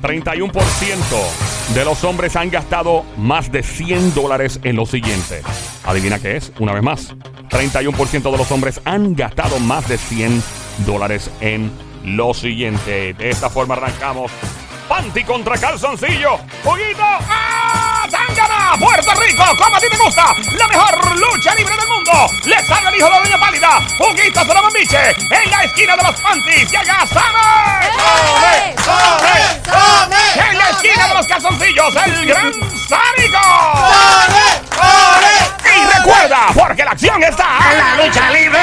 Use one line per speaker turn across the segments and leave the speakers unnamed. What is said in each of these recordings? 41% de los hombres han gastado más de 100 dólares en lo siguiente. Adivina qué es, una vez más. 31% de los hombres han gastado más de 100 dólares en lo siguiente. De esta forma arrancamos. Panty contra calzoncillo. ¡Juguito! ¡Ah! ¡Tangana! ¡Puerto Rico! ¡Como a ti te gusta! ¡La mejor lucha libre del mundo! ¡Les habla el hijo de la doña pálida! ¡Juguito Solomambiche! ¡En la esquina de los panties! ¡Llega Summer!
¡Eh!
¡Come, come, come!
¡En la esquina de los calzoncillos! ¡El gran Sánico!
¡Corre, corre!
Y recuerda, porque la acción está en la lucha libre.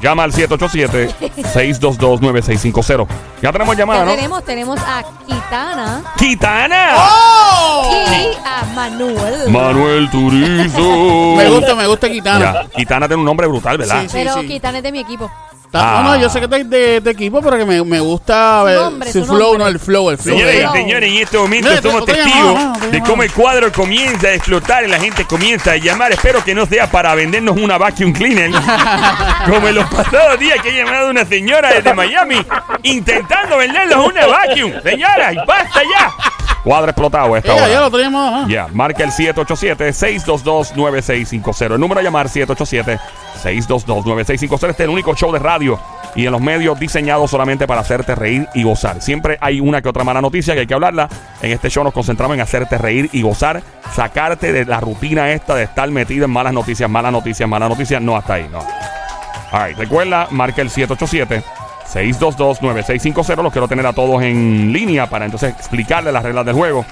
Llama al 787-622-9650. Ya tenemos llamada,
Ya
¿no?
tenemos, tenemos a Kitana
¡Kitana!
Oh.
Oh.
y a Manuel.
Manuel Turizo.
Me gusta, me gusta Kitana.
Ya, Kitana tiene un nombre brutal, ¿verdad?
Sí, sí.
Pero Kitana es de mi equipo.
Está- No,
Ah.
no, yo sé que está de, de equipo, pero que me, me gusta
Su
eh,
nombre,
su
su
flow,
nombre.
no el flow, el flow.
Sí,
Señores,
Pero-
señores, en este momento
Mira,
somos
otra llamada,
testigos
mano, otra
de
llamada.
cómo el cuadro comienza a explotar y la gente comienza a llamar. Espero que no sea para vendernos una vacuum cleaner, como en los pasados días que ha llamado una señora desde Miami intentando vendernos una vacuum. Señora, basta ya. Cuadro explotado a esta
Ya, ya
hora.
lo teníamos. ah.
Ya, marca el 787-622-9650. El número a llamar 787-622-9650. Este es el único show de radio y en los medios diseñados solamente para hacerte reír y gozar. Siempre hay una que otra mala noticia que hay que hablarla. En este show nos concentramos en hacerte reír y gozar, sacarte de la rutina esta de estar metido en malas noticias, malas noticias, malas noticias. No, hasta ahí, no. All right, recuerda, marca el 787 622 9650. Los quiero tener a todos en línea para entonces explicarles las reglas del juego.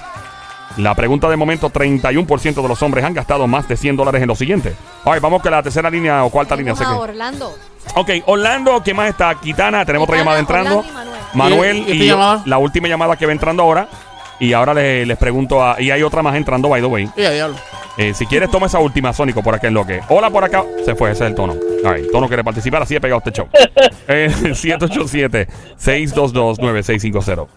La pregunta de momento, 31% de los hombres han gastado más de 100 dólares en lo siguiente. All right, vamos con la tercera línea o cuarta línea.
Tenemos
sé
a
que-
Orlando.
Ok, Orlando, ¿qué más está? Kitana, tenemos otra llamada
Kitana,
entrando.
Orlando y Manuel.
Manuel
¿Y- y
y,
esta llamada?
la última llamada que va entrando ahora. Y ahora le- les, pregunto, a- y hay otra más entrando, by the way.
Ya, diablo.
Eh, si quieres, toma esa última, Sónico, por aquel que Hola, por acá. Se fue, ese es el tono. Ay, tono quiere participar, así he pegado este show. Eh, 787-622-9650.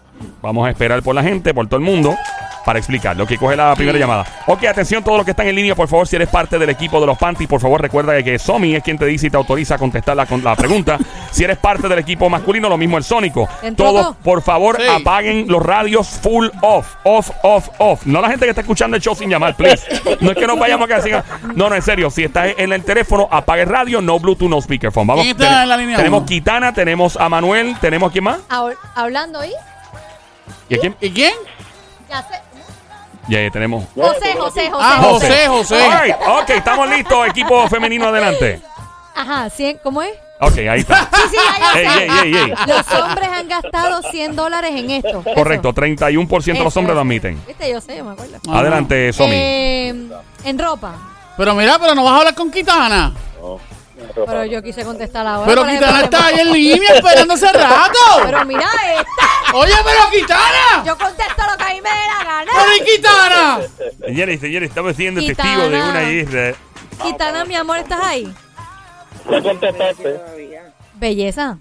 Vamos a esperar por la gente, por todo el mundo, para explicarlo. Que coge la primera llamada. Ok, atención, todos los que están en línea, por favor, si eres parte del equipo de los Panties, por favor, recuerda que Somi es quien te dice y te autoriza a contestar la, con- la pregunta. si eres parte del equipo masculino, lo mismo el Sónico.
¿Entró
Todos,
todo?
por favor,
Sí.
apaguen los radios full off, off, off, off. No la gente que está escuchando el show sin llamar, please. No es que nos vayamos a quedar sin... No, no, en serio. Si estás en el teléfono, apague el radio, no Bluetooth, no speakerphone. Vamos.
¿Quién está
Tene-
en la línea
tenemos
uno?
Kitana, tenemos a Manuel, tenemos quién más.
A Or- a Orlando y
¿Y a quién?
¿Y quién?
ya sé-
Y ahí tenemos.
José, José, José.
Ah, José, José.
All right, ok, estamos listos. Equipo femenino adelante.
Ajá, ¿cien? ¿cómo es?
Ok, ahí está.
Sí, sí, ya, ya
Ey,
sé.
ey, ey, ey.
Los hombres han gastado 100 dólares en esto.
Correcto, 31% de
Eso,
los hombres
eso.
lo admiten.
Viste, yo sé, yo me acuerdo.
Ah.
Adelante, Somi.
Eh, en ropa.
Pero mira, pero no vas a hablar con Kitana.
Pero yo quise contestar ahora.
Pero
¿cuál es el
Kitana está
problema?
ahí en línea esperando hace rato.
Pero mira esta.
Oye, pero Kitana.
Yo contesto lo que a mí me dé la gana.
Pero ¿y Kitana.
Señores, señores, estamos siendo
Kitana.
testigos de una isla.
Kitana, mi amor, ¿estás ahí?
Ya contestaste.
Belleza.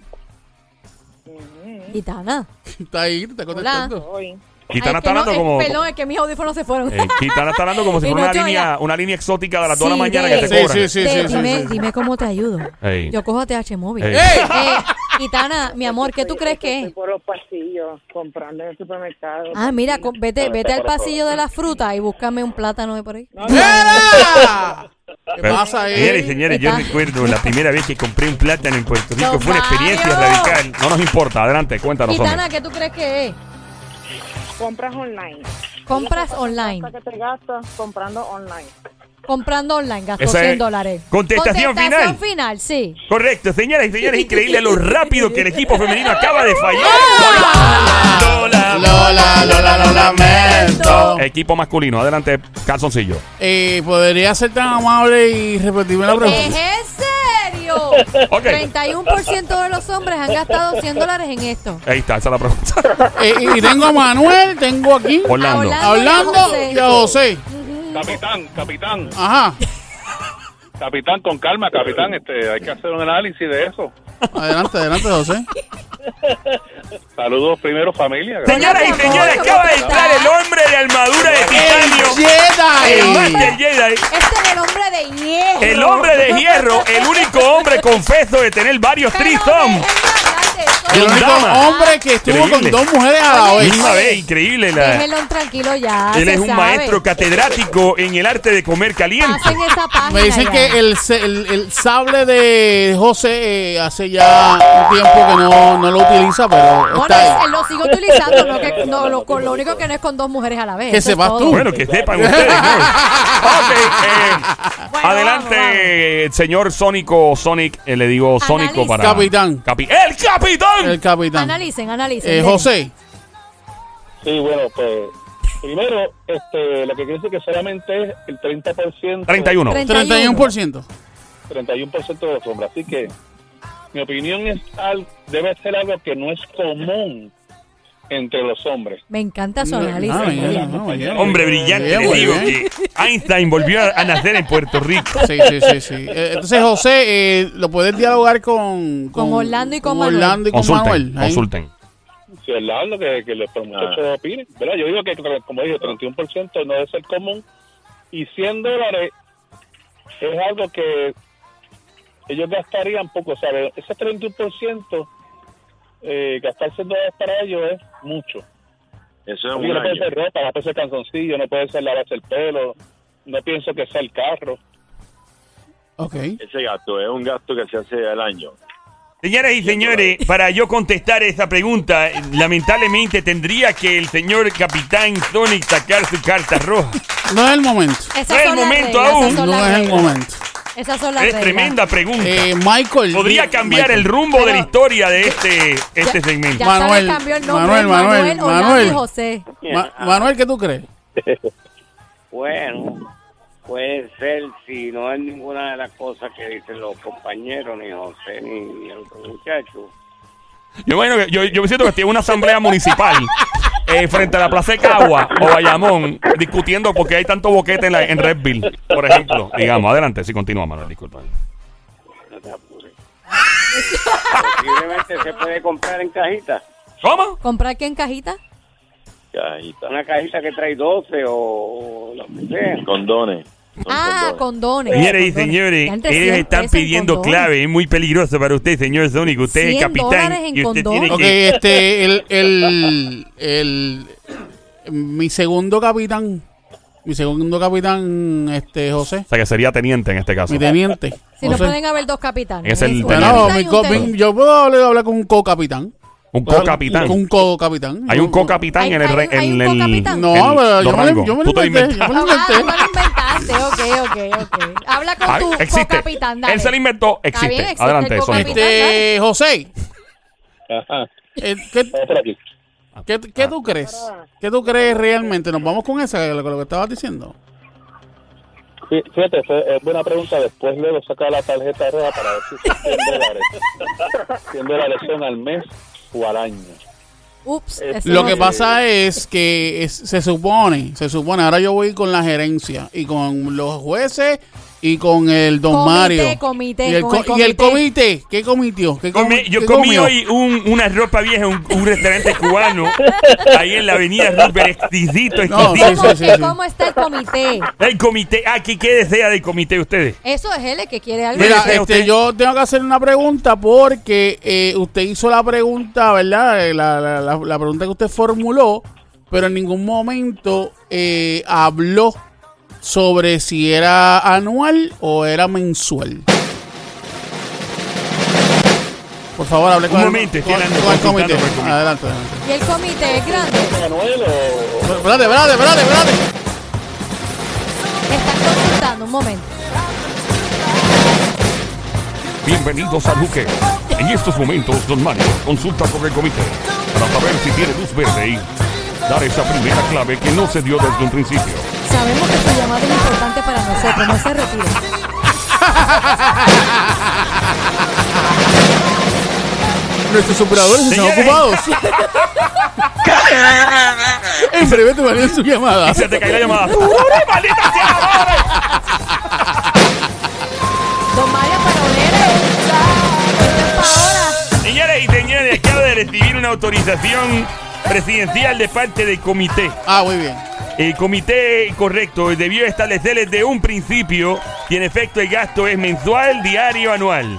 Kitana.
Está ahí, te está contestando.
Kitana
Ay, es que
está
no,
hablando
es-
como.
Perdón, es que mis audífonos se fueron.
Eh, Kitana está hablando como si
Y
fuera
no
una
estoy
línea,
allá.
una línea exótica de las 2 de la
Sí,
mañana
de-
que te
Sí,
cobran.
sí, sí,
Ve,
sí, sí,
dime,
sí.
dime cómo te ayudo.
Ey.
Yo cojo a TH Móvil.
Ey.
¡Ey!
Eh, Kitana, mi amor, ¿qué tú crees que es?
Por los pasillos, comprando en el supermercado.
Ah, mira, co- vete, vete al pasillo de las frutas y búscame un plátano de por ahí.
¡Mira! ¿Qué
Pero,
pasa eh?
Señores,
ahí?
señores, yo
Está-
recuerdo la primera vez que compré un plátano en Puerto Rico.
Don
Fue una experiencia
Mario.
radical. No nos importa. Adelante, cuéntanos.
Kitana,
Sonia.
¿qué tú crees que es?
Compras online.
Compras online.
Hasta que te gastas comprando online.
Comprando online, gastó
Esa es
100 dólares.
contestación
Contestación
final.
final, sí.
Correcto, señoras y señores, increíble lo rápido que el equipo femenino acaba de fallar. Lola,
Lola, Lola, lo lamento.
Equipo masculino, adelante, calzoncillo.
Eh, ¿Podría ser tan amable y repetirme la
¿Es
pregunta?
en serio?
Ok.
31% de los hombres han gastado 100 dólares en esto.
Ahí está, esa es la pregunta.
Eh, y- y tengo a Manuel, tengo aquí.
Orlando.
Orlando.
a Orlando
José.
y a José.
Capitán, capitán,
Ajá.
capitán, con calma, capitán, este, hay que hacer un análisis de eso.
Adelante, adelante, José.
Saludos primero familia.
Señoras y
Hola, mi amor,
señores,
¿cómo
acaba de
tú
entrar
estás?
el hombre de armadura de titanio. El Master
Jedi.
Jedi.
Este es el hombre de hierro.
El hombre de hierro, el único hombre confeso de tener varios
Pero
trisom.
déjenme hablar,
El
Con
único
dama.
hombre que estuvo
Increíble.
con dos mujeres a la vez.
Una vez, increíble. la-
Déjenlo tranquilo ya.
él
se
es un
sabe.
maestro catedrático en el arte de comer caliente.
Pasen esa página.
Me dicen
ya.
que el, se- el- el sable de José eh, hace ya un tiempo que no, no lo utiliza, pero
Bueno,
está
es-
ahí.
lo sigo utilizando, no que- no, lo, con- lo único que no es con dos mujeres a la vez.
Que
eso es
sepas
todo.
tú.
Bueno, que sepan ustedes. ¿no? Ok, eh,
Bueno,
adelante,
vamos, vamos.
el señor Sónico, Sonic, eh, le digo Sónico
Analiza.
para...
Capitán.
Capi- ¡El capitán!
El capitán.
Analicen, analicen.
Eh,
denle.
José,
Sí, bueno, pues primero, este, lo que quiere decir que solamente es el 30%,
31.
31%.
31% de los hombres. Así que mi opinión es al, debe ser algo que no es común entre los hombres.
Me encanta su análisis.
Ah,
muy
mira,
bien.
ah, mira.
Hombre brillante,
Bien,
le digo
muy bien.
que Einstein volvió a a nacer en Puerto Rico.
Sí, sí, sí, sí. Eh, Entonces, José, eh, lo puedes dialogar con,
Con Orlando y con Manuel.
Orlando y con
Consulten,
Manuel. ahí.
consulten.
Si es lo que, que los muchachos opinen. ¿verdad? Yo digo que, como dije, 31% no debe ser común. Y 100 dólares es algo que ellos gastarían poco. O sea, ese 31%, eh, gastar 100 dólares para ellos es mucho.
Eso es
Porque
un
no puede
año.
¿eh?
ser ropa, no puede ser canzoncillo, no puede ser lavarse el pelo, no pienso que sea el carro.
Ok.
Ese gasto es un gasto que se hace al año.
Señoras y señores, para yo contestar esta pregunta, eh, lamentablemente tendría que el señor capitán Sonic sacar su carta roja.
No es el momento.
Esas
No es el
son las
momento
reglas,
aún.
esas son
No
las
es el
reglas.
momento.
Esas son las
Es
reglas.
tremenda pregunta.
Eh, Michael.
Podría
di-
cambiar el
Michael.
rumbo de la
Pero-
historia de este, este segmento.
Ya
Manuel,
Manuel, cambió el nombre.
Manuel,
Manuel,
Manuel,
Manuel, Orlando
Manuel.
y José.
Ma- Manuel, ¿qué tú crees?
Bueno, puede ser si no es ninguna de las cosas que dicen los compañeros, ni José, ni el otro muchacho.
Yo, bueno, yo, yo siento que estoy en una asamblea municipal eh, frente a la Plaza de Cagua o Bayamón discutiendo porque hay tanto boquete en, la, en Redville, por ejemplo. Digamos, adelante, si continúa, Manuel, disculpa.
No te apures. Posiblemente se puede comprar en cajita.
¿Cómo?
¿Comprar qué en cajita?
Cajita.
Ah.
Una cajita que trae 12 o, o lo que sea.
Condones. Son
Ah, condones.
Señores y
Condones.
señores,
Ya entre
ellos
100
están
pesos en
pidiendo
condones.
clave. Es muy peligroso para usted, señor Sonic. Usted es
100
capitán
dólares en
y usted
condón.
tiene
Ok,
que...
este, el, el, el, mi segundo capitán, mi segundo capitán, este, José,
O sea, que sería teniente en este caso.
mi teniente.
Si no
José.
pueden haber dos capitanes.
Es el
un
teniente.
Bueno,
capitán
mi
y
co-
un teniente.
mi- yo puedo hablar, hablar con un co-capitán.
Un
Puedo hablar
co-capitán.
con Un co-capitán.
Hay un co-capitán
Hay-
en el...
hay-
re-
hay
en
un
el-
co-capitán.
No,
en
pero yo
los
me, lo-
rangos.
yo me
Tú
lo
te
inventé.
inventas.
Yo me lo
Ah,
inventé.
tú lo inventaste. Ok, ok, ok. Habla con
Ah,
tu
existe.
co-capitán. dale.
Él se lo inventó.
Está bien,
Existe.
existe
Adelante,
el
Sonic.
co-capitán.
Este, José,
Ajá,
eh, ¿qué,
vamos por aquí.
qué, qué tú crees? ¿Qué tú crees realmente? Nos vamos con esa, lo, lo que estabas diciendo.
Fí- Fíjate, fue- es buena pregunta. Después luego saca la tarjeta roja para decir si 100 dólares. 100 dólares son al mes o al año.
Ups.
Eh,
eso
Lo
no-
que pasa es que es- se supone, se supone, ahora yo voy con la gerencia y con los jueces y con el don
Comité,
Mario.
comité,
y el,
con el
co- y el
comité.
comité, ¿qué comitió? ¿Qué comi-
Comí- yo
qué
comí
comió?
hoy un- una ropa vieja en un, un restaurante cubano ahí en la avenida Rupert, exquisito,
No,
exquisito.
sí, sí, sí,
¿Cómo-
sí.
¿Cómo está el comité?
El comité, ah, ¿qué, qué desea del comité ustedes?
Eso es él el que quiere algo.
Mira,
dice
este,
usted?
yo tengo que hacer una pregunta porque eh, usted hizo la pregunta, ¿verdad? Eh, La, la- la- la pregunta que usted formuló, pero en ningún momento eh, habló sobre si era anual o era mensual. Por favor, hable con
Un
el-
momento, estoy
con-
hablando,
con el comité.
consultando con el comité.
Adelante, adelante.
Y el comité es grande.
Manuel o...
Pero, Espérate, espérate, espérate, espérate.
Están consultando un momento.
Bienvenidos al buque. En estos momentos, don Mario consulta con el comité para saber si tiene luz verde y dar esa primera clave que no se dio desde un principio.
Sabemos que tu llamada es importante para nosotros. No se retire.
Nuestros operadores están
Señores.
ocupados. en breve te van a su llamada.
Y se te cae la llamada. ¡Ure, maldita sea la madre!
Don Mario Parolero.
Señoras y señores, acaba de recibir una autorización presidencial de parte del comité.
Ah, muy bien.
El comité correcto debió establecer desde un principio que en efecto el gasto es mensual, diario, anual. Y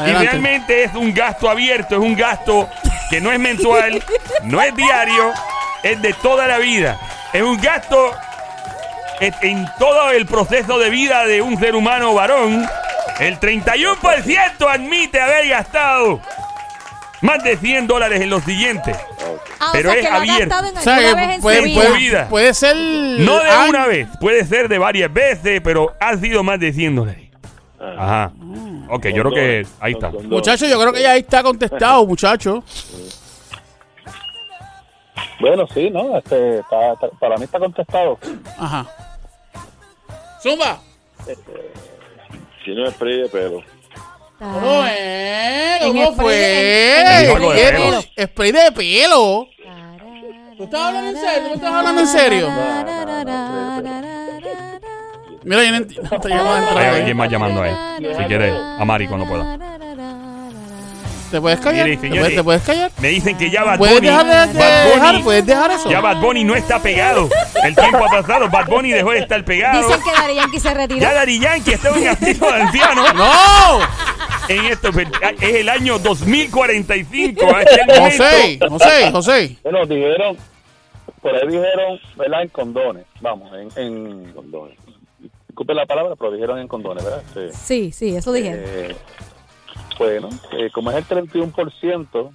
Adelante.
realmente es un gasto abierto, es un gasto que no es mensual, no es diario, es de toda la vida. Es un gasto en- en todo el proceso de vida de un ser humano varón. El 31% admite haber gastado más de 100 dólares en los siguientes.
Ah,
Pero
o sea
es
que lo ha
abierto.
gastado en
O sea, eh,
alguna
que
vez en
puede,
su vida.
puede-
vida.
puede ser.
No de
an-
una vez, puede ser de varias veces, pero han sido más de 100 dólares. Ajá. Ok, yo creo que ahí está.
Muchacho, yo creo que ya ahí está contestado, muchacho.
Bueno, sí, ¿no? Este, está- está- para mí está contestado.
Ajá. Zumba.
Si no es frío, pero.
Ah.
¿Cómo es?
En
¿Cómo
spray de-
en-
fue?
en spray
¿Qué?
de pelo.
Spray de pelo.
¿Tú
¿Tú estás hablando en serio? ¿Tú estás hablando en serio? Mira, yo no entiendo. Esta llamada entra
Hay
ahí.
alguien más llamando a él. Si quiere, a Mari cuando pueda.
¿Te puedes callar?
Mire,
¿Te
señores.
puedes, te puedes callar?
Me dicen que ya Bad
¿Puedes
Bunny,
dejar, de- de-
Bad Bunny-
dejar- ¿Puedes dejar eso?
ya Bad Bunny no está pegado. El tiempo ha pasado. Bad Bunny dejó de estar pegado.
Dicen que Dari Yankee se retiró.
Ya Daddy Yankee está en activo de anciano.
¡No!
En esto pues, es el año 2045. a este momento.
José, José, José.
Bueno, dijeron, por ahí dijeron, ¿verdad? En condones, vamos, en, en condones. Disculpe la palabra, pero dijeron en condones, ¿verdad? Sí.
Sí, sí, eso dije.
Eh, bueno, eh, como es el 31%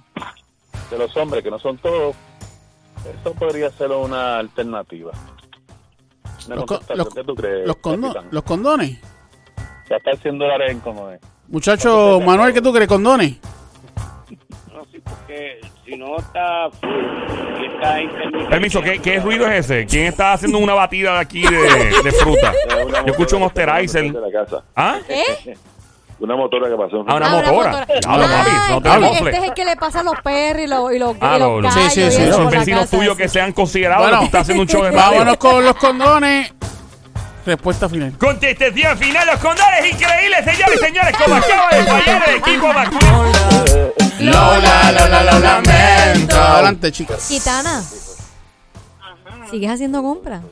de los hombres, que no son todos, eso podría ser una alternativa. Una
Los, co-
contestación,
los-
¿qué tú crees,
los condo-
capitán?
los condones.
Gastar 100 dólares en condones.
Muchacho Manuel, ¿qué tú crees? ¿Condones?
No, sí, porque si no está full y está intermitente.
Permiso, ¿qué, qué ruido es ese? ¿Quién está haciendo una batida de aquí de, de fruta?
Una
Yo escucho un
motora que está
Osterizer.
en el frente de la casa.
¿Ah?
¿Eh?
Una motora que pasó. en
Ah, una
Ah,
frente.
motora. Diablo, papi,
Ah,
no te
entonces
mofles.
Este es el que le pasa a los perros y los, y los,
Ah,
y los
lo- lo-
Sí, sí,
gallos y
sí,
eso
sí.
Los
por la
vecinos
casa,
tuyos que
sí.
sean considerados
Bueno,
que está haciendo un show de radio.
Vámonos con los condones. Respuesta final.
Contestación final, los condones increíbles, señores y señores, como acaba de fallar el equipo vacuna.
Lola, Lola, lo lamento. Adelante, chicas.
Gitana. ¿Sigues haciendo compra?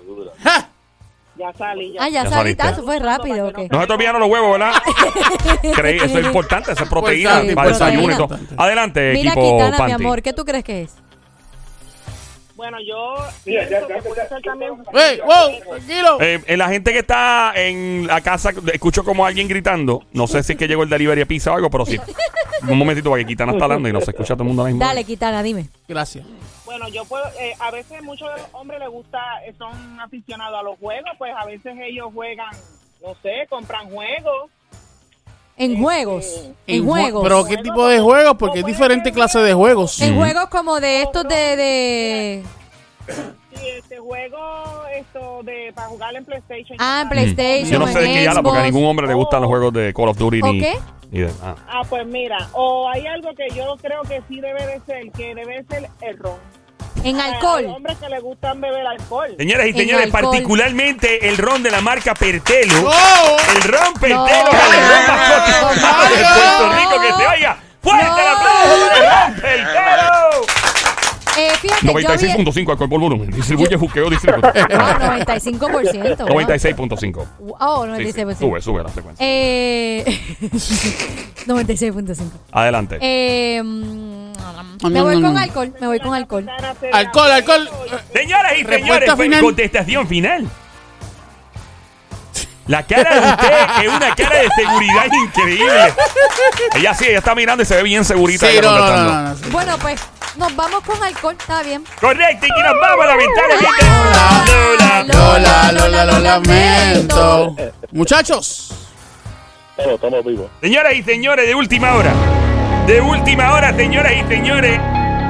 ¡Ja!
Ya salí, ya.
Ah, ya
Ya
saliste.
saliste.
Ah, eso fue rápido, ¿ok?
No se te olvidaron los huevos, ¿verdad? Creí, eso es importante, eso es proteína
Importante,
para desayuno y todo.
importante.
Adelante,
Mira,
equipo
Kitana,
Panty.
mi amor, ¿qué tú crees que es?
Bueno, yo pienso que puede ser también...
¡Ey, wow! Tranquilo.
Eh, eh, la gente que está en la casa, escucho como alguien gritando. No sé si es que llegó el delivery a pizza o algo, pero sí. Un momentito para que Kitana está hablando y no se escucha todo el mundo ahora mismo.
Dale, Kitana, dime.
Gracias.
Bueno, yo puedo, eh, a veces muchos de los hombres les gusta, eh, son aficionados a los juegos, pues a veces ellos juegan, no sé, compran juegos.
En juegos. En
En jue-
juegos.
Pero ¿qué tipo de juegos? Porque es diferente clase de juegos.
En juegos como de estos de... de...
Y este juego, esto de, para jugar en PlayStation.
Ah, en
ya sabes.
PlayStation,
Mm. Yo no sé de
en
qué habla porque a
Xbox.
ningún hombre le gustan los juegos de Call of Duty
¿O
ni,
qué?
ni de- ah.
Ah, pues mira, o hay algo que yo creo que sí debe de ser, que debe de ser el ron.
En
Hay
alcohol.
hombres que les gustan beber alcohol.
Señoras y
En
señores,
alcohol.
particularmente el ron de la marca Pertelo.
¡Oh!
El ron Pertelo,
No.
es el ron más
No.
cotizado de Puerto Rico que se oiga. ¡Fuerte
No.
el aplauso para el ron Pertelo!
Eh, fíjate, yo vi...
96.5 alcohol por volumen. Distribuye juqueo distributo.
Ah, 95%. wow.
96.5
Oh,
Sí, sí.
96%.
Sube, sube la frecuencia.
Eh, 96.5.
Adelante.
Eh, mm, me voy con alcohol, me voy con alcohol.
Alcohol, alcohol.
Señoras y
Respuesta
señores, fue
final.
contestación final. La cara de usted es una cara de seguridad increíble. Ella sí, ella está mirando y se ve bien segurita.
Sí,
ella
no, no,
contestando.
no, no, sí.
Bueno, pues nos vamos con alcohol, está bien.
Correcto, y que nos vamos a la ventana. gente.
Lola,
Lola, Lola, lo lamento. Muchachos,
Todos estamos vivos.
Señoras y señores, de última hora. De última hora, señoras y señores.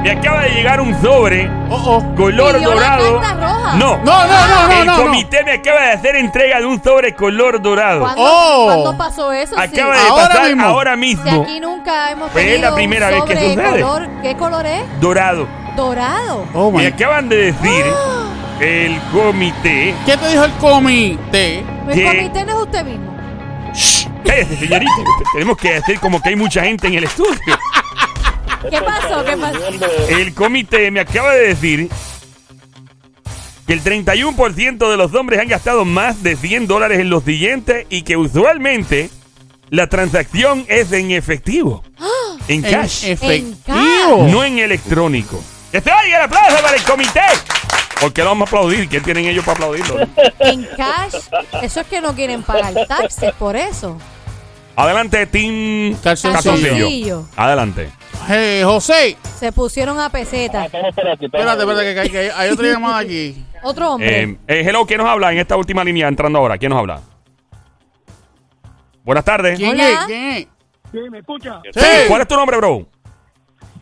Me acaba de llegar un sobre
oh, oh.
color
Pidió la
dorado.
carta roja.
No,
No, no, no, no,
el
no, no.
comité me acaba de hacer entrega de un sobre color dorado.
¿Cuándo,
Oh.
cuándo pasó eso? Sí.
Acaba de
Ahora
pasar
mismo.
ahora
Si
mismo.
aquí nunca hemos
Pues es
tenido
la primera
un
vez que
sobre
sucede.
color- ¿Qué color es?
Dorado.
Dorado. ¡Ah!
Oh,
Me
my.
acaban de decir el comité.
¿Qué te dijo el comité?
¿Qué?
El comité no es usted mismo.
Cállese, señorita. Tenemos que hacer como que hay mucha gente en el estudio.
¿Qué pasó? ¿Qué pasó?
El comité me acaba de decir que el 31% de los hombres han gastado más de 100 dólares en los siguientes y que usualmente La transacción es en efectivo. En
En
cash.
efectivo.
no en electrónico. Este ahí el aplauso para el comité. ¿Por qué lo vamos a aplaudir? ¿Qué tienen ellos para aplaudirlo?
En cash. Eso es que no quieren pagar taxes, por eso.
Adelante, Team
Calzoncillo.
Calzoncillo.
Adelante.
Eh, José,
Se pusieron a peseta.
Estamos por aquí. estamos
espérate,
por
espérate, que, hay- que hay, hay otra llamada aquí.
Otro hombre.
Eh, eh, hello, ¿quién nos habla en esta última línea entrando ahora? ¿Quién nos habla? Buenas tardes.
¿Quién
Hola.
es? ¿Quién es?
Sí, me escucha.
Sí.
¿Cuál es tu nombre, bro?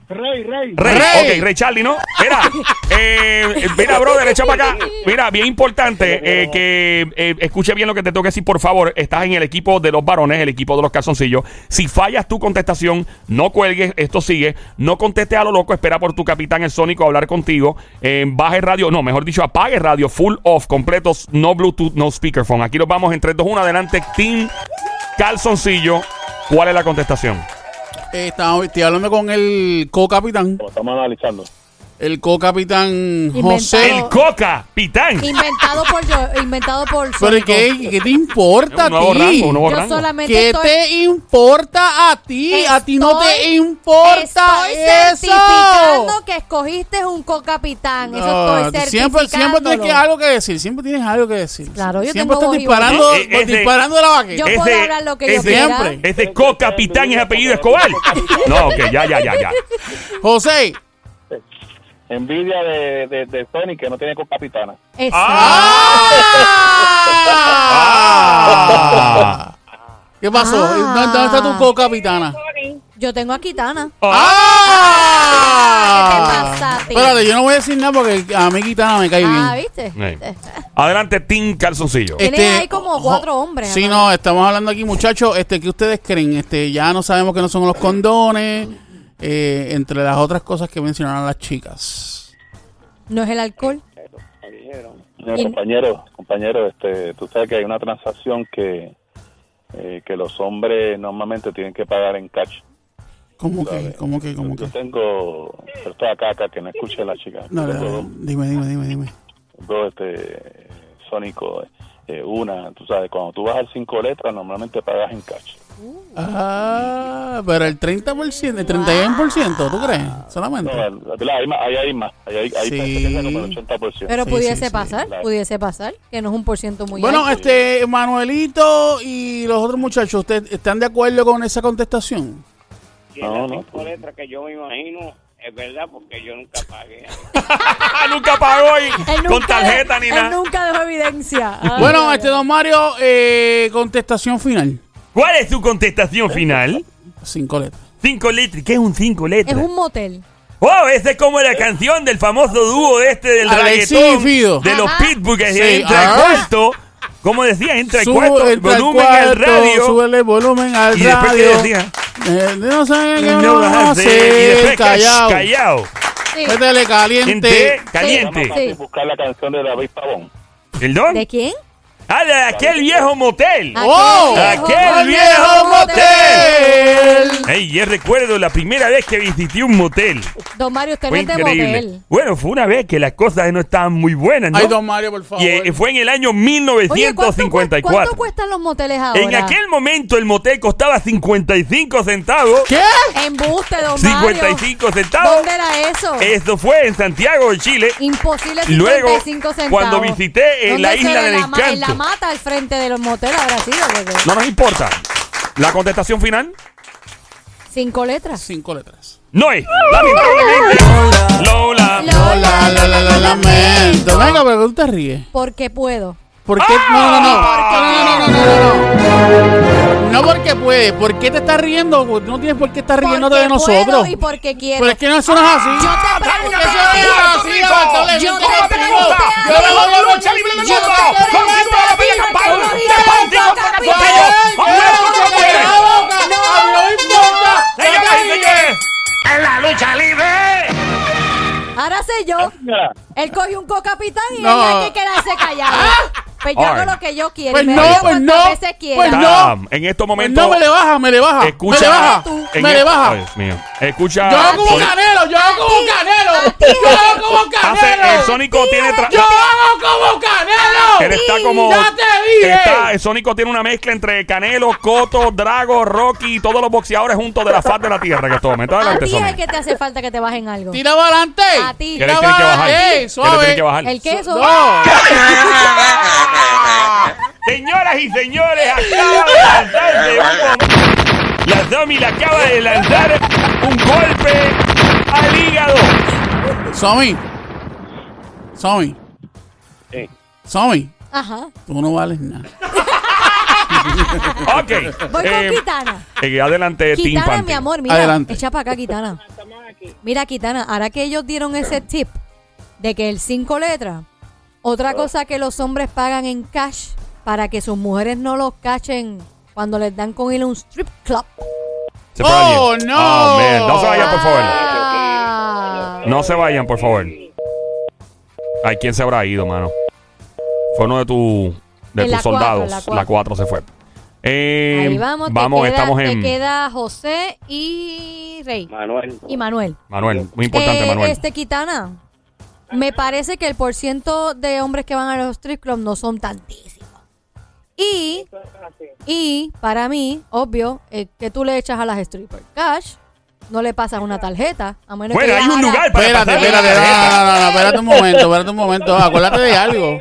Rey, rey.
Rey.
Rey.
Ok, Rey Charlie, ¿no? Mira, eh, mira, brother, echa para acá. Mira, bien importante eh, que eh, escuche bien lo que te tengo que decir, por favor. Estás en el equipo de los varones, el equipo de los calzoncillos. Si fallas tu contestación, no cuelgues, esto sigue. No contestes a lo loco, espera por tu capitán, el Sónico, a hablar contigo. Eh, baje radio, no, mejor dicho, apague radio, full off, completos, no Bluetooth, no speakerphone. Aquí los vamos en 3, 2, 1, adelante, Team Calzoncillo. ¿Cuál es la contestación?
Eh, estaba- estoy hablando con el co-capitán.
aquí. Estamos analizando.
El co-capitán
Inventado.
El
José.
Coca, Pitán.
Inventado por yo, inventado por
¿Pero
Sónico.
qué, qué te importa
Un nuevo
a ti?
rango, un nuevo
Yo
rango.
solamente
¿Qué
estoy
te importa a ti? a ti no te
Estoy-
importa
estoy
eso.
certificando que escogiste un co-capitán.
No,
Eso estoy
Ah, siempre,
certificando.
siempre tienes que- algo que decir, siempre tienes algo que decir.
Claro, yo tengo
siempre estás
voz y
disparando,
voto. Eh, eh, es de-
disparando de la vaqueta.
Yo
Ese-
puedo hablar lo que yo
ese-
quiera.
Siempre.
Es de co-capitán y es apellido Escobar. No, ok, ya, ya, ya, ya.
José,
Envidia de, de, de Sony que no tiene capitana.
Exacto.
Ah.
¿qué pasó?
Ah.
¿Dónde, dónde está tu co-capitana?
Yo tengo a Kitana.
¡Ah!
¿Qué te pasa a ti?
Espérate, yo no voy a decir nada porque a mí Kitana me cae
Ah,
bien. Este,
¿viste?
Eh. Adelante, Team Calzoncillo.
Tiene ahí como
jo-
cuatro hombres,
Sí,
¿no?
no, estamos hablando aquí, muchachos. Este, ¿Qué ustedes creen? Este, ya no sabemos que no son los condones. eh, entre las otras cosas que mencionaron las chicas.
No es el alcohol.
Mira,
Y-
compañero, compañero, este, tú sabes que hay una transacción que, eh, que los hombres normalmente tienen que pagar en cash.
¿Cómo que? ¿Cómo que? ¿Cómo que?
Yo tengo, pero esto acá, acá, que no escuche la chica.
No, no,
Yo tengo
no, dime, dime, dime, dime.
dos, este, sónico, eh, una, tú sabes, cuando tú vas al cinco letras, normalmente pagas en cash.
Ah, pero el 30%, el 31%, ¿tú crees? Solamente.
No, ¿verdad? hay, más, hay, hay más, hay, hay, hay
Sí.
gente que saca como el 80%.
Pero
Sí, sí,
pudiese
sí.
pasar,
Claro.
pudiese pasar, que no es un por ciento muy
Bueno,
alto.
este, Manuelito y los otros muchachos, ¿ustedes están de acuerdo con esa contestación?
Y
No,
las
no,
cinco
pues.
letras que yo me imagino es verdad porque yo nunca pagué.
nunca pagó y
Él
con
nunca
tarjeta
de-
ni
Él
nada.
nunca dejó evidencia. Ah.
Bueno, este, don Mario, eh, contestación final.
¿Cuál es tu contestación final?
Cinco letras.
Cinco letras. ¿Qué es un cinco
Es
letras?
un motel.
¡Wow! Esa es como la canción del famoso dúo este del
Alexis
reggaetón
y Fido.
de los
Ajá.
Pitbull que
Sí,
entra al
ah.
cuarto. Como decía, entra al
Sube-
cuarto,
entra al
volumen al
cuarto,
radio.
Súbele el volumen al
Y después que
radio.
decía,
Eh, no sé qué
no
vamos
vas a hacer. Y después,
callao.
callao.
Sí.
Métele caliente.
Gente, caliente.
Sí.
Hay que buscar la canción de David Pavón.
¿El don?
¿De Ah. quién?
¡Ah, de aquel viejo motel!
¡Oh!
¡Aquel viejo
motel!
Ey, ya recuerdo la primera vez que visité un motel.
Don Mario, usted no
Fue
es de
increíble.
motel.
Bueno, fue una vez que las cosas no estaban muy buenas, ¿no?
Ay, don Mario, por favor.
y eh, fue en el año
Oye, ¿cuánto, cu-
1954.
¿cuánto cuestan los moteles ahora?
en aquel momento el motel costaba 55 centavos.
¿Qué?
Embuste, don Mario.
55 centavos.
¿Dónde era eso?
Esto fue en Santiago de Chile.
Imposible 55
Luego,
centavos.
cuando visité en
¿Dónde
la
será?
isla del
En la ma- En la
encanto.
mata al frente del motel habrá sido. porque-
No nos importa. La contestación final
Cinco letras.
Cinco letras.
no es. Lamentablemente. Lola.
No, la, la, la, la, lamento. Venga, pero tú te ríes.
Porque puedo.
¿Por qué? No, no, no. No, no, no, no, no, no. No porque puedes. ¿Por qué te estás riendo? Porque tú no tienes por qué estar riéndote
Porque
de nosotros.
puedo y porque quiero.
Pero es que no, eso no es así.
Yo te
Porque
pregunté.
eso no es así, Bartolomé,
Yo
tú
te
eres
pregunté.
primo.
a
Yo
ti.
no hablo de
Yo
lucha libre de
te
nosotros.
pregunté
Con
a
esto
ti,
la pilla
porque
capaz.
tú
Te
dijiste
pongo con
loca,
la
capitán.
botella.
No,
¡Hombre, no,
no, no,
no,
no,
no,
no,
boca! ¡No importa!
¡En la lucha libre!
Ahora sé yo. Él cogió un co-capitán y
No.
ella hay que quedarse callada. Pues yo hago
Alright.
lo que yo quiero.
Pues
y me
no,
río
pues
cuantas
no,
veces quiera.
pues no.
en estos momentos.
No me le baja, me le baja.
Escucha.
Me le baja.
en
Me le
e-
baja.
Ay, Dios mío. Escucha.
Yo hago como
Sónico-
Canelo, canelo, yo hago como canelo. Yo hago como
Hace, el
canelo.
Sónico tiene tra-
Yo hago como
Él
canelo.
está como.
Ya te dije.
Está, el Sónico tiene una mezcla entre Canelo, Coto, Drago, Rocky y todos los boxeadores juntos de la faz de la tierra que tomen. Está
A
adelante,
ti es el
Sónico.
que te hace falta que te bajen algo.
Tira para adelante.
A ti.
Que
Tira
le tiene
para
que bajar.
adelante.
Que le tiene
eh, suave.
que bajar.
El queso.
No.
Señoras y señores, acaba de lanzarse un momento. La Domi le acaba de lanzar un golpe al hígado.
Somi. Somi.
Sí.
Somi.
Ajá.
Tú no vales nada.
Ok.
Voy
Eh,
con Kitana.
eh, adelante, Team
Kitana,
Panty.
mi amor, mira.
Adelante.
Echa para acá, Kitana.
Estamos aquí.
Mira, Kitana, ahora que ellos dieron ese tip de que el cinco letras, otra cosa que los hombres pagan en cash para que sus mujeres no los cachen cuando les dan con él un strip club.
Se fue alguien.
Oh, no.
Oh, man. No se vayan, por favor.
Ah.
No se vayan, por favor. Ay, ¿quién se habrá ido, mano? Fue uno de tus de
En
tus
la cuatro,
soldados.
la cuatro.
la 4 se fue. Eh,
Ahí vamos, te
vamos
queda-
estamos
te
en.
queda José y Rey.
Manuel.
Y Manuel.
Manuel, muy importante,
Eh,
Manuel.
Este Kitana, me parece que el porciento de hombres que van a los strip clubs no son tantísimos. Y, y para mí, obvio, eh, que tú le echas a las strippers cash, no le pasas una tarjeta. A menos
Bueno,
que
hay
ella
un
haga-
lugar para
Espérate,
pasar la
espérate, no,
tarjeta.
no, no, no, espérate un momento, espérate un momento. Acuérdate de algo.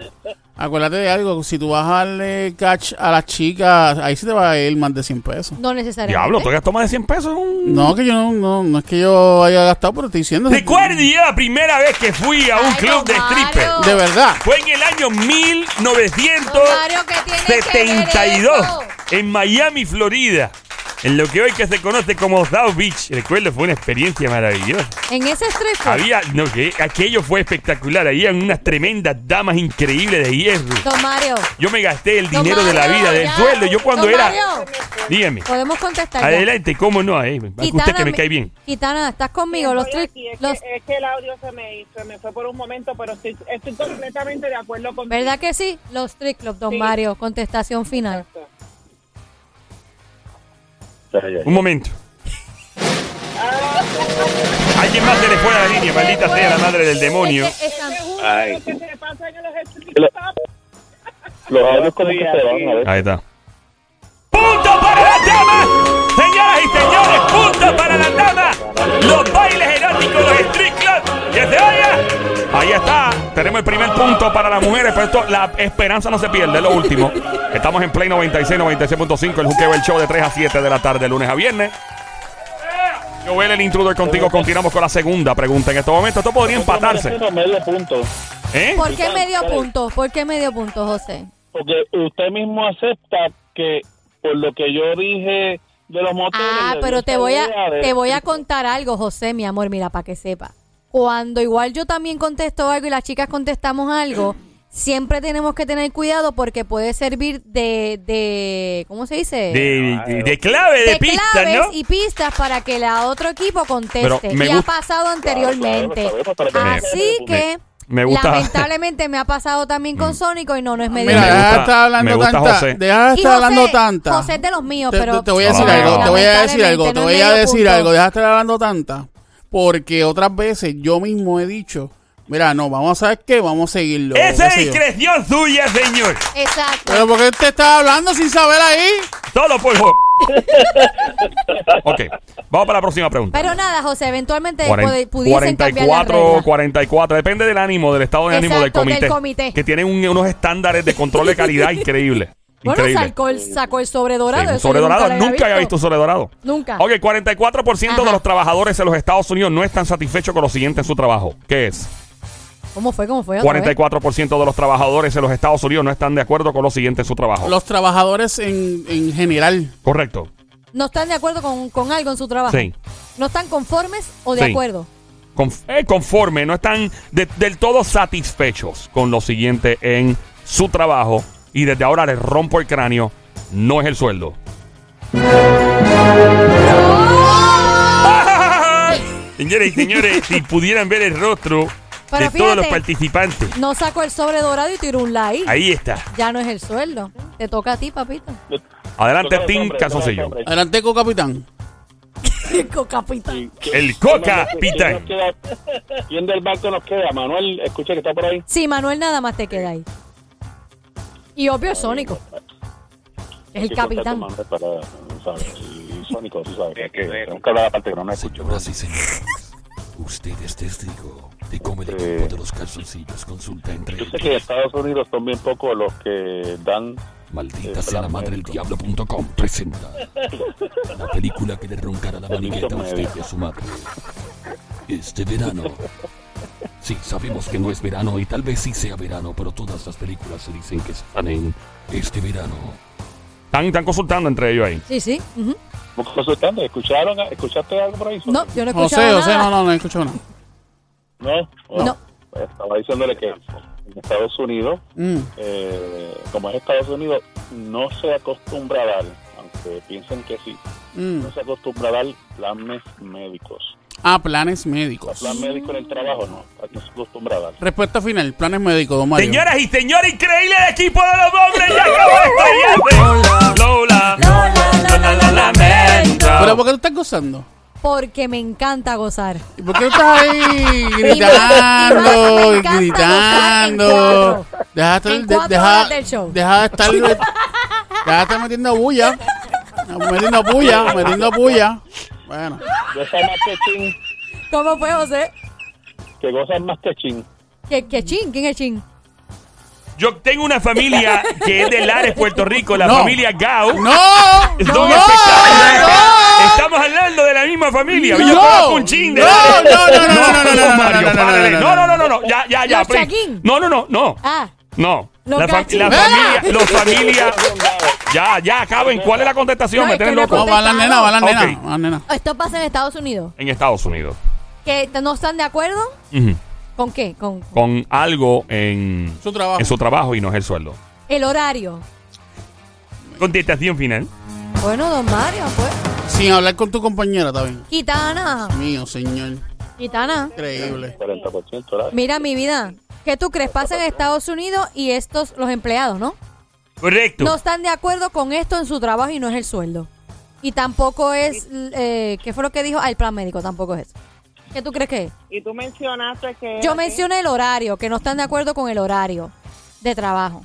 Acuérdate de algo. Si tú vas a darle catch a las chicas, ahí se te va a ir más de 100 pesos.
No necesariamente.
Diablo, tú gastas más de 100 pesos en un.
No, que yo no, no, no es que yo haya gastado, pero estoy diciendo.
Recuerde yo la primera vez que fui a un
Ay,
club
don
de stripper.
Mario.
De verdad.
Fue en el año
Don Mario, ¿qué tiene que ver
1972
eso?
en Miami, Florida. En lo que hoy que se conoce como South Beach. Recuerdo, fue una experiencia maravillosa.
En ese strip club,
Había, no, que aquello fue espectacular. Había unas tremendas damas increíbles de hierro.
Don Mario,
Yo me gasté el
Don
dinero de la
Mario,
vida, del
ya.
sueldo. Yo cuando
Don
era.
Mario.
Dígame.
podemos contestar. ya.
Adelante, ¿cómo no? Eh, usted que me
mi-
cae bien.
Gitana, estás conmigo.
Estoy
Los tres.
aquí, es,
Los,
que, es que el audio se me, se me fue por un momento, pero estoy, estoy completamente de acuerdo con
¿Verdad que sí? Los tres club, don Mario. Contestación final.
Un momento. Alguien más se le fue a la línea, maldita sea la madre del demonio.
Es que esa-
Ay.
que se pasa en los strip
Lo-
clubs.
Los audios como que se van a ver.
Ahí está. ¡Punto para la dama! Señoras y señores, punto para la dama. Los bailes eróticos, los street clubs, que se oiga. Ahí está. Tenemos el primer punto para las mujeres, pero esto, la esperanza no se pierde, es lo último. Estamos en Play 96, 96.5, el juqueo, el show de 3 a 7 de la tarde, lunes a viernes. Joel, el intruder contigo. Continuamos con la segunda pregunta en este momento. Esto podría empatarse.
Menos medio punto.
¿Eh?
¿Por qué medio punto? ¿Por qué medio punto, José?
Porque usted mismo acepta que por lo que yo dije de los moteles.
Ah,
le
pero
dio
te
esa
voy
idea
a
de-
te voy a contar algo, José, mi amor, mira, para que sepa. Cuando igual yo también contesto algo y las chicas contestamos algo, siempre tenemos que tener cuidado porque puede servir de, de ¿cómo se dice?
De, de- de clave, de,
de
pista,
claves
¿no?
y pistas para que la otro equipo
Pero
conteste.
me
Y ha
gusta-
pasado anteriormente.
Claro, claro, claro, claro.
Así
Me-
que,
me gusta- Mm.
lamentablemente, me ha pasado también con Sónico y no, no es medio.
Mira,
Me
deja de
gusta-
estar
me
hablando
gusta
tanta.
José.
Deja de
Y
estar hablando
José-
tanta.
José es de los míos,
Te-
pero.
te, te voy a decir
No,
algo, te voy a decir
lamentablemente
algo, te
no es
voy a
medio
decir
punto.
algo, deja de estar hablando tanta, porque otras veces yo mismo he dicho, mira, no, vamos a saber qué, vamos a seguirlo.
Esa
qué
es
sé yo.
discreción suya, señor.
Exacto.
Pero ¿por qué te estás hablando sin saber ahí?
Solo por jo- Ok, vamos para la próxima pregunta.
Pero nada, José, eventualmente
Cuaren-
puede- pudiesen cambiar la
44,
regla.
44, depende del ánimo, del estado de ánimo del
Exacto, del
comité,
comité.
Que tienen un- unos estándares de control de calidad increíbles.
Bueno,
Increíble.
sacó el, sacó el sobre dorado.
Sí, un
eso
sobre
yo
dorado.
lo
Nunca, había visto un sobre dorado.
Nunca.
Ok, 44% de
Ajá.
los trabajadores en los Estados Unidos no están satisfechos con lo siguiente en su trabajo. ¿Qué es?
¿Cómo fue? ¿Cómo fue? Otra vez.
44% de los trabajadores en los Estados Unidos no están de acuerdo con lo siguiente en su trabajo.
Los trabajadores en, en general.
Correcto.
¿No están de acuerdo con, con algo en su trabajo?
Sí.
¿No están conformes o de
Sí.
acuerdo?
Conf- eh, conforme, no están de- del todo satisfechos con lo siguiente en su trabajo. Y desde ahora les rompo el cráneo. No es el sueldo. Señores y señores, si pudieran ver el rostro
Pero
de todos los
fíjate.
participantes.
No sacó el sobre dorado y tiró un like.
Ahí está.
Ya no es el sueldo. Te toca a ti, papito.
Adelante,
Toca los
Tim
hombres, toca los
Casoncillo.
hombres.
Adelante, co-capitán.
El capitán.
El Coca Pitán.
¿Quién del barco nos queda? Manuel, escucha que está por ahí.
Sí, Manuel nada más te queda ahí. Y obvio es Sónico. Es el
Hay que cortar
capitán.
con Manuel para, ¿sabes? Y Sónico, tú sabes, es que tengo que hablar aparte, pero no escucho.
Señoras y señores, usted es testigo de cómo el
Eh.
Este,
equipo de los calzoncillos consulta entre
Yo sé
ellos.
que en Estados Unidos son bien pocos los que dan
Maldita
Eh,
sea la
plan
madre del
médico.
diablo.com presenta la película que le roncará la maniqueta a usted y a su madre. Este verano. Sí, sabemos que no es verano y tal vez sí sea verano, pero todas las películas se dicen que están en este verano.
Están, están consultando entre ellos ahí.
Sí, sí. ujú.
¿Cómo consultando? ¿Escucharon? ¿Escuchaste algo por ahí?
No, yo no he escuchado
José, José,
nada.
no, no, no he escuchado nada.
No.
No.
Pues Estaba diciéndole que en Estados Unidos,
Mm.
eh, como es Estados Unidos, no se acostumbra a dar, aunque piensen que sí,
Mm.
no se acostumbra a dar planes médicos.
Ah, planes
O
médicos.
sea, plan médico en el trabajo no, no se acostumbra a dar.
Respuesta final, planes médicos, don Mario.
Señoras y señores, increíble el equipo de los hombres. Ya acabó de estrellarse. Lola,
Lola, Lola, lo lamento.
¿Pero por qué tú estás gozando?
Porque me encanta gozar.
¿Y por qué tú estás ahí gritando,
me encanta gozar en
gritando?
cuatro.
Deja de
En
estar,
cuatro
de- deja-
horas del show.
deja de estar, deja de estar metiendo bulla, metiendo bulla, metiendo bulla. Bueno,
Gozan más que chin,
¿Cómo fue, José?
que gozan más que chin.
¿Qué, qué chin? ¿Quién es chin?
Yo tengo una familia que es de Lares, Puerto Rico, la
No.
familia Gao.
no,
Son
no,
espectaculares.
no.
Estamos hablando de la misma familia.
No.
Yo conozco un chin de
No,
Lares.
no, no, no, no, no, no, no,
Mario,
no, no, no,
párale.
no,
No,
no,
no, no, no, no. Ya, ya, ya.
Los
please.
Chaguín.
No, no, no, no.
Ah,
No.
Los
La, fa-
Gachis.
la
¡Ah!
familia, los familia. Ya, ya, acaben. ¿Cuál es la contestación?
No,
Me
es que
tienen
no he
loco.
No, va la nena, va la nena,
Ok.
va la nena.
esto pasa en Estados Unidos.
En Estados Unidos.
¿Que t- no están de acuerdo?
Ujú.
¿Con qué? Con
Con algo en
Su trabajo.
en su trabajo y no es el sueldo.
el horario.
Contestación final.
Bueno, don Mario, pues.
Sin hablar con tu compañera, está bien.
Gitana,
Mío, señor.
gitana.
Increíble.
40%, ¿verdad?
Mira, mi vida. ¿Qué tú crees? Pasa en Estados Unidos y estos, los empleados, ¿no?
Correcto.
No están de acuerdo con esto en su trabajo y no es el sueldo. Y tampoco es, eh, ¿qué fue lo que dijo? Ah, el plan médico tampoco es eso. ¿Qué tú crees que es?
Y tú mencionaste que...
Yo mencioné el horario, que no están de acuerdo con el horario de trabajo.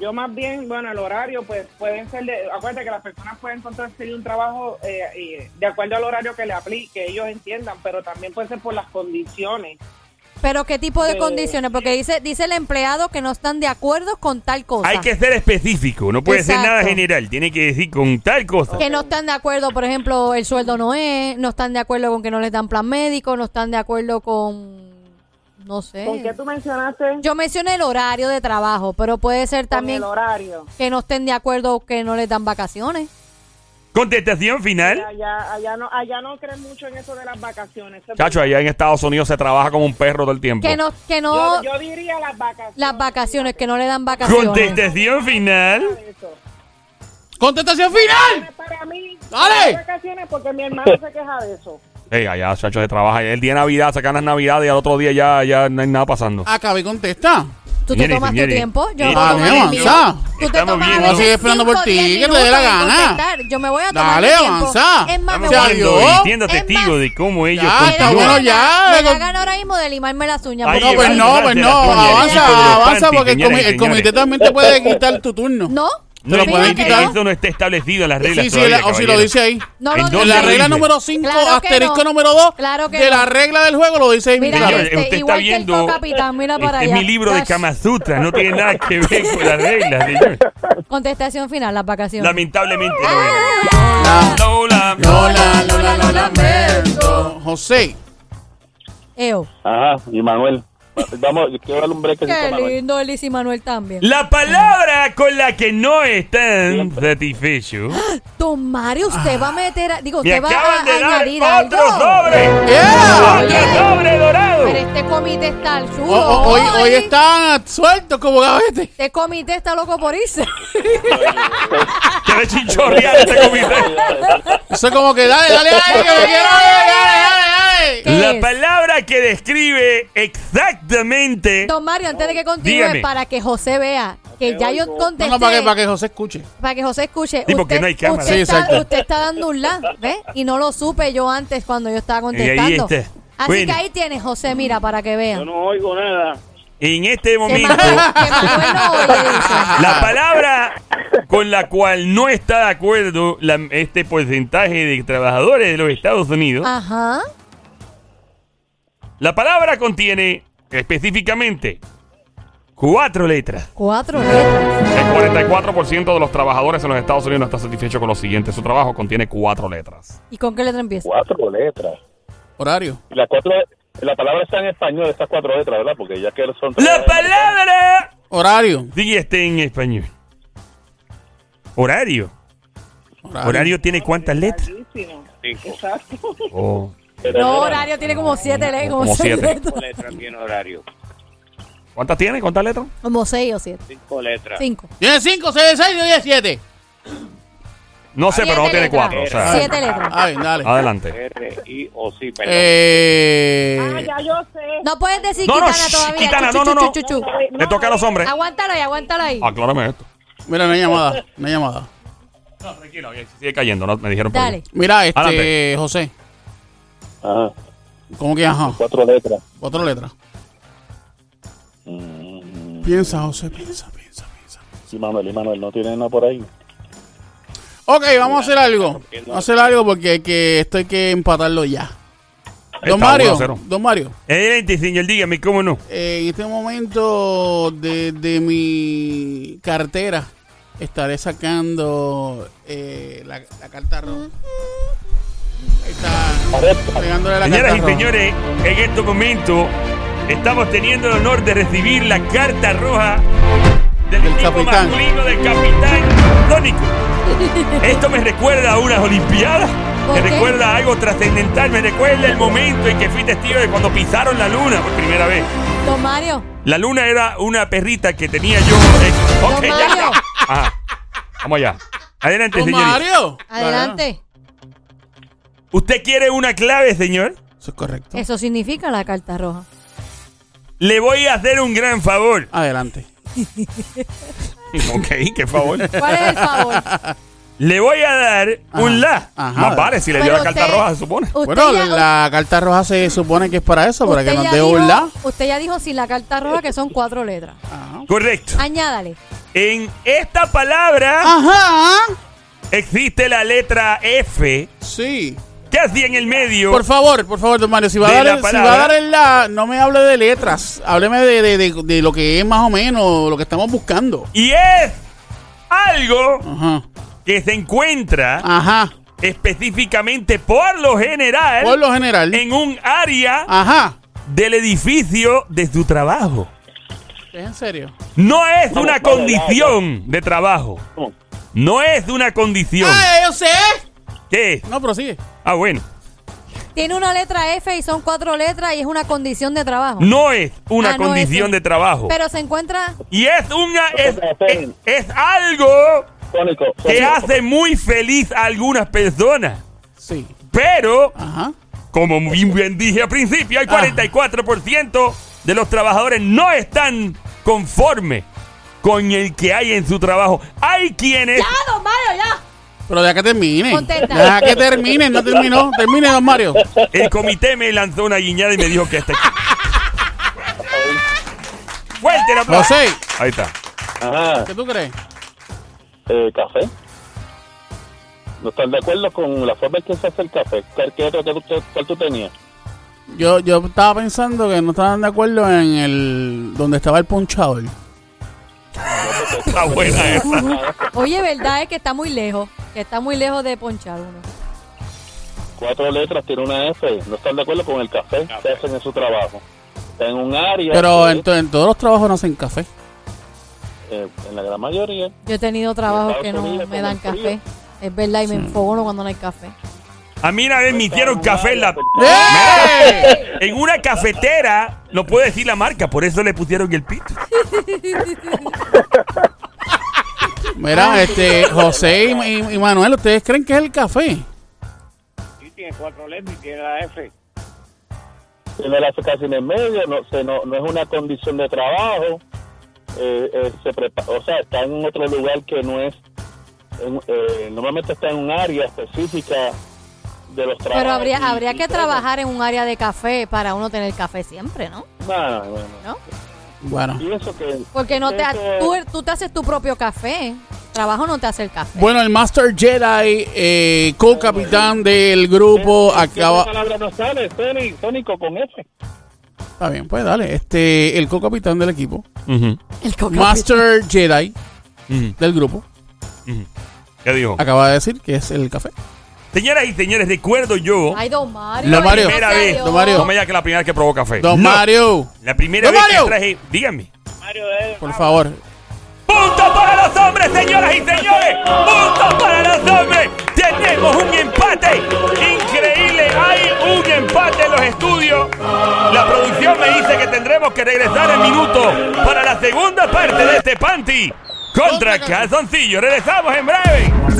Yo más bien, bueno, el horario, pues pueden ser de... Acuérdate que las personas pueden conseguir un trabajo eh, eh, de acuerdo al horario que le aplique, que ellos entiendan, pero también puede ser por las condiciones.
Pero qué tipo de
Eh.
condiciones, porque dice dice el empleado que no están de acuerdo con tal cosa.
Hay que ser específico, no puede ser nada
Exacto.
general, tiene que decir con tal cosa.
que no están de acuerdo, por ejemplo, el sueldo no es, no están de acuerdo con que no les dan plan médico, no están de acuerdo con no sé.
¿Con qué tú mencionaste?
Eh. Yo mencioné el horario de trabajo, pero puede ser también
Con el horario.
que no estén de acuerdo que no les dan vacaciones.
Contestación final.
Allá, allá, no, allá no creen mucho en eso de las vacaciones. Eso es
Chacho, allá en Estados Unidos se trabaja como un perro todo el tiempo.
Que no que no
Yo, yo diría las vacaciones.
las vacaciones, que no le dan vacaciones.
Contestación final.
Eso.
¡Contestación final!
Para mí,
¡Dale!
las vacaciones porque mi hermano se queja de eso.
Ey, allá, chacho, se trabaja. El día de Navidad, sacan las Navidades y al otro día ya, ya no hay nada pasando.
Ah,
Acabé contesta.
Tú te
Señores,
tomas tu
señores.
tiempo, yo me
Sí.
voy a
Ah,
tomar
bien,
el mío.
avanza.
Tú te
Estamos
tomas
bien,
a
¿no?
los
Sigue
esperando
cinco,
por ti,
diez
que te dé la
minutos en
gana.
contestar. Yo me voy a tomar
Dale,
mi tiempo.
avanza.
Es más, me
Dame
Estamos
voy a
chance.
siendo
adiós.
viviendo
Es más,
testigos de cómo ellos
ya,
Me da
Está bueno
continúan.
gana,
ya.
Me da gana ahora mismo de limarme las uñas.
Ahí
No,
porque-
llega
pues no, pues no.
Señores, chicos,
Avanza,
los
avanza,
panties,
porque el, comi-
señores,
el comité
señores.
también te puede quitar tu turno.
No,
No
lo
lo
pueden quitar.
Eso no está establecido en las reglas.
Sí, sí,
todavía,
la- o si lo
caballero.
dice ahí.
no
¿En
lo
dónde
En la
lo
dice.
regla
dice?
número 5,
Claro que
asterisco
no.
número 2,
Claro que
de
no.
la regla del juego lo dice ahí.
Mira,
Señor,
Mira,
usted está
este, igual que el
viendo-
co-capitán, mira para
Este
allá.
es mi libro de
Dash.
Kama Sutra, no tiene nada que ver con las reglas, señor.
Contestación final, las vacaciones.
Lamentablemente no es.
Ah.
La-
Lola.
Lola, Lola, lo lamento. José,
Eo.
Ajá, y Manuel. Vamos, yo quiero darle un break.
Qué
Manuel.
lindo, Liz y Manuel también.
La palabra con la que no están satisfechos.
Don Mario, usted va a meter, a- digo,
Ah. Me
usted Ah, va
acaban
a
de dar
añadir
otro
algo.
sobre.
¡eh! yeah.
Otro sobre dorado.
Pero este comité está al sur.
O- o- hoy, hoy están sueltos como gavete.
Este comité está loco por irse.
Quiere chinchorrear este comité.
Eso es como que dale, dale, dale, que me quiero, dale, dale, dale, dale.
¿Qué
La
es?
palabra palabra que describe exactamente.
Don Mario, antes de que continúe,
Dígame.
para que José vea que ya yo contesté.
No, no, para que, para que José escuche.
para que José escuche.
Sí, porque no hay cámara.
Usted,
Sí,
está,
exacto.
usted está dando un la, ¿ves? Y no lo supe yo antes cuando yo estaba
Y ahí
contestando.
está.
Así
Bueno,
que ahí tienes, José, mira, para que vean.
Yo no oigo nada.
en este
Que
momento,
Manuel, que Manuel no oye, dice.
la palabra con la cual no está de acuerdo la- este porcentaje de trabajadores de los Estados Unidos,
Ah. Ajá.
la palabra contiene específicamente cuatro letras.
Cuatro letras.
El 44% de los trabajadores en los Estados Unidos no está satisfecho con lo siguiente. Su trabajo contiene cuatro letras.
¿Y con qué letra empieza?
Cuatro letras.
Horario.
Y las cuatro, la palabra está en español, esas cuatro letras, ¿verdad? Porque ya que son...
¡La palabra!
Horario.
Dí este en español. Horario. ¿Horario tiene cuántas letras?
Buenísimo.
Cinco.
Exacto.
Oh,
No, horario tiene como siete letras. Como,
Como
seis
siete.
Cinco
letras.
letras tiene horario.
¿Cuántas tiene? ¿Cuántas letras?
Como seis o siete.
Cinco letras.
Cinco.
Tiene 5, 6, 6, 10, 7.
No sé, pero no
Ah, Siete
tiene cuatro. O
letras.
sea,
Siete letras.
A ver, dale.
adelante.
R, I o sí, perdón.
Ah,
Eh,
ya yo sé.
No puedes decir
No, no,
Kitana
shh,
todavía.
Kitana,
Chu,
no,
chu,
no, Ah, no.
chu, chu, chu.
Le toca a los hombres.
Aguántalo ahí, aguántalo ahí.
Aclárame esto.
mira, no hay llamada. No hay llamada.
No, tranquilo, que sigue cayendo. No, me dijeron por
Dale.
ahí.
Mira, este,
Adelante.
José.
Ajá,
¿Cómo que ajá?
cuatro letras.
Otra letra.
Mm.
Piensa, José, piensa, piensa, piensa.
Sí, Manuel, y Manuel, no tiene nada por ahí.
Ok, vamos a hacer algo. Vamos a hacer algo porque hay que, esto hay que empatarlo ya.
Está
Don
uno
Mario,
a cero.
Don Mario,
Adelante, señor, dígame cómo no.
eh, en este momento de, de mi cartera estaré sacando eh, la, la carta roja. Ahí Está pegándole la
Señoras
carta
y
roja.
señores, en este momento estamos teniendo el honor de recibir la carta roja del,
Del
equipo
capitán.
masculino del capitán Tónico. Esto me recuerda a unas Olimpiadas,
¿Por
me
qué?
recuerda a algo trascendental, me recuerda el momento en que fui testigo de cuando pisaron la luna por primera vez.
Don Mario.
La luna era una perrita que tenía yo. eh, ok,
Don
ya
Mario.
está. Ajá. Vamos allá. Adelante,
Don
señorita.
Mario.
Adelante.
¿Usted quiere una clave, señor?
Eso es correcto.
Eso significa la carta roja.
Le voy a hacer un gran favor.
Adelante.
Ok, qué favor.
¿Cuál es el favor?
Le voy a dar un la.
ajá.
Más vale si le dio
Pero
la carta
usted-
roja, se supone.
usted
Bueno,
ya-
la carta roja se supone que es para eso, para que
usted
nos
ya
dé
dijo-
un la.
Usted ya dijo sin la carta roja que son cuatro letras.
Ah.
Uh.
Correcto.
Ah.
Añádale.
En esta palabra
Ajá.
existe la letra F,
Sí.
casi en el medio.
Por favor, por favor, don Mario, si va,
De
a dar
la
el, si
palabra.
va a dar el la, no me hable de letras. Hábleme de, de- de- de lo que es más o menos, lo que estamos buscando.
Y es algo
Ajá.
que se encuentra
Ajá.
específicamente por lo general
Por lo Ah. general.
en un área
Ajá.
del edificio de su trabajo.
¿Es en serio?
No es
Vamos,
una
vamos,
condición de trabajo.
¿Cómo?
No es una condición.
¡Ah, yo sé!
¿Qué es?
No, prosigue.
Ah, bueno.
Tiene una letra F y son cuatro letras y es una condición de trabajo.
No es una
Ah, no es
condición
un-
de trabajo.
Pero se encuentra.
Y es una es, es,
Esperen.
es algo
Sónico.
que
Sónico.
hace muy feliz a algunas personas.
Sí.
Pero,
Ajá.
como muy bien dije al principio, el 44% de los trabajadores no están conformes con el que hay en su trabajo. Hay quienes...
¡Ya, don Mario, ya!
Pero deja que termine.
Contenta.
Deja que termine, no terminó. Termine, don Mario.
El comité me lanzó una guiñada y me dijo que este... ¡Fuerte el aplauso!
José,
Ahí está.
Ajá.
¿qué tú crees?
Eh, café. No están de acuerdo con la forma en que se hace el café. ¿Cuál, qué otro, que tú- que- cuál tú tenías?
Yo, yo estaba pensando que no estaban de acuerdo en el donde estaba el punchador.
Está buena esa.
Oye, verdad es que está muy lejos. Que está muy lejos de ponchar uno.
Cuatro letras, tiene una F. No están de acuerdo con el café, que hacen en su trabajo. Está en un área.
Pero
eh,
en, to- en todos los trabajos no hacen café.
eh, en la gran mayoría.
Yo he tenido trabajos
Estados
que no
Unidos
me
con
dan
el frío.
café. Es verdad, y me enfogono cuando no hay café.
A mí una vez me hicieron café en la...
¡Eh!
En una cafetera, no puedo decir la marca, por eso le pusieron el pito.
Mira, este, José y, y- y Manuel, ¿ustedes creen que es el café?
Sí, tiene cuatro letras y tiene la F.
se no le hace casi en el medio, no, se no, no es una condición de trabajo, eh, eh, se prepa- o sea, está en otro lugar que no es, en- eh, normalmente está en un área específica de los trabajos.
Pero habría,
y-
habría
y
que
todo.
trabajar en un área de café para uno tener café siempre, ¿no?
No, no, no.
¿No?
Bueno.
Y eso que...
Porque no te,
eso-
tú, tú te haces tu propio café. Trabajo no te hace el café.
Bueno, el Master Jedi, eh, co-capitán del grupo,
¿Qué
acaba.
palabra no sale? Tony, tónico con F.
Está bien, pues dale. Este, el co-capitán del equipo,
Ujú,
El coca-
Master Jedi
ujú,
del grupo,
ujú. ¿Qué dijo?
acaba de decir que es el café.
Señoras y señores, recuerdo yo.
Ay, don Mario.
Don Mario.
primera
gracias a
vez.
Dios.
Don Mario.
No me digas que la primera vez que probó café.
Don
Eh, No,
Mario,
La primera
Don
vez
Mario.
que traje. Díganme.
Mario es
Ah,
por favor.
¡Punto para los hombres, señoras y señores! ¡Punto para los hombres! ¡Tenemos un empate! ¡Increíble! Hay un empate en los estudios. La producción me dice que tendremos que regresar en minuto para la segunda parte de este panty. Contra Calzoncillo. Regresamos en breve.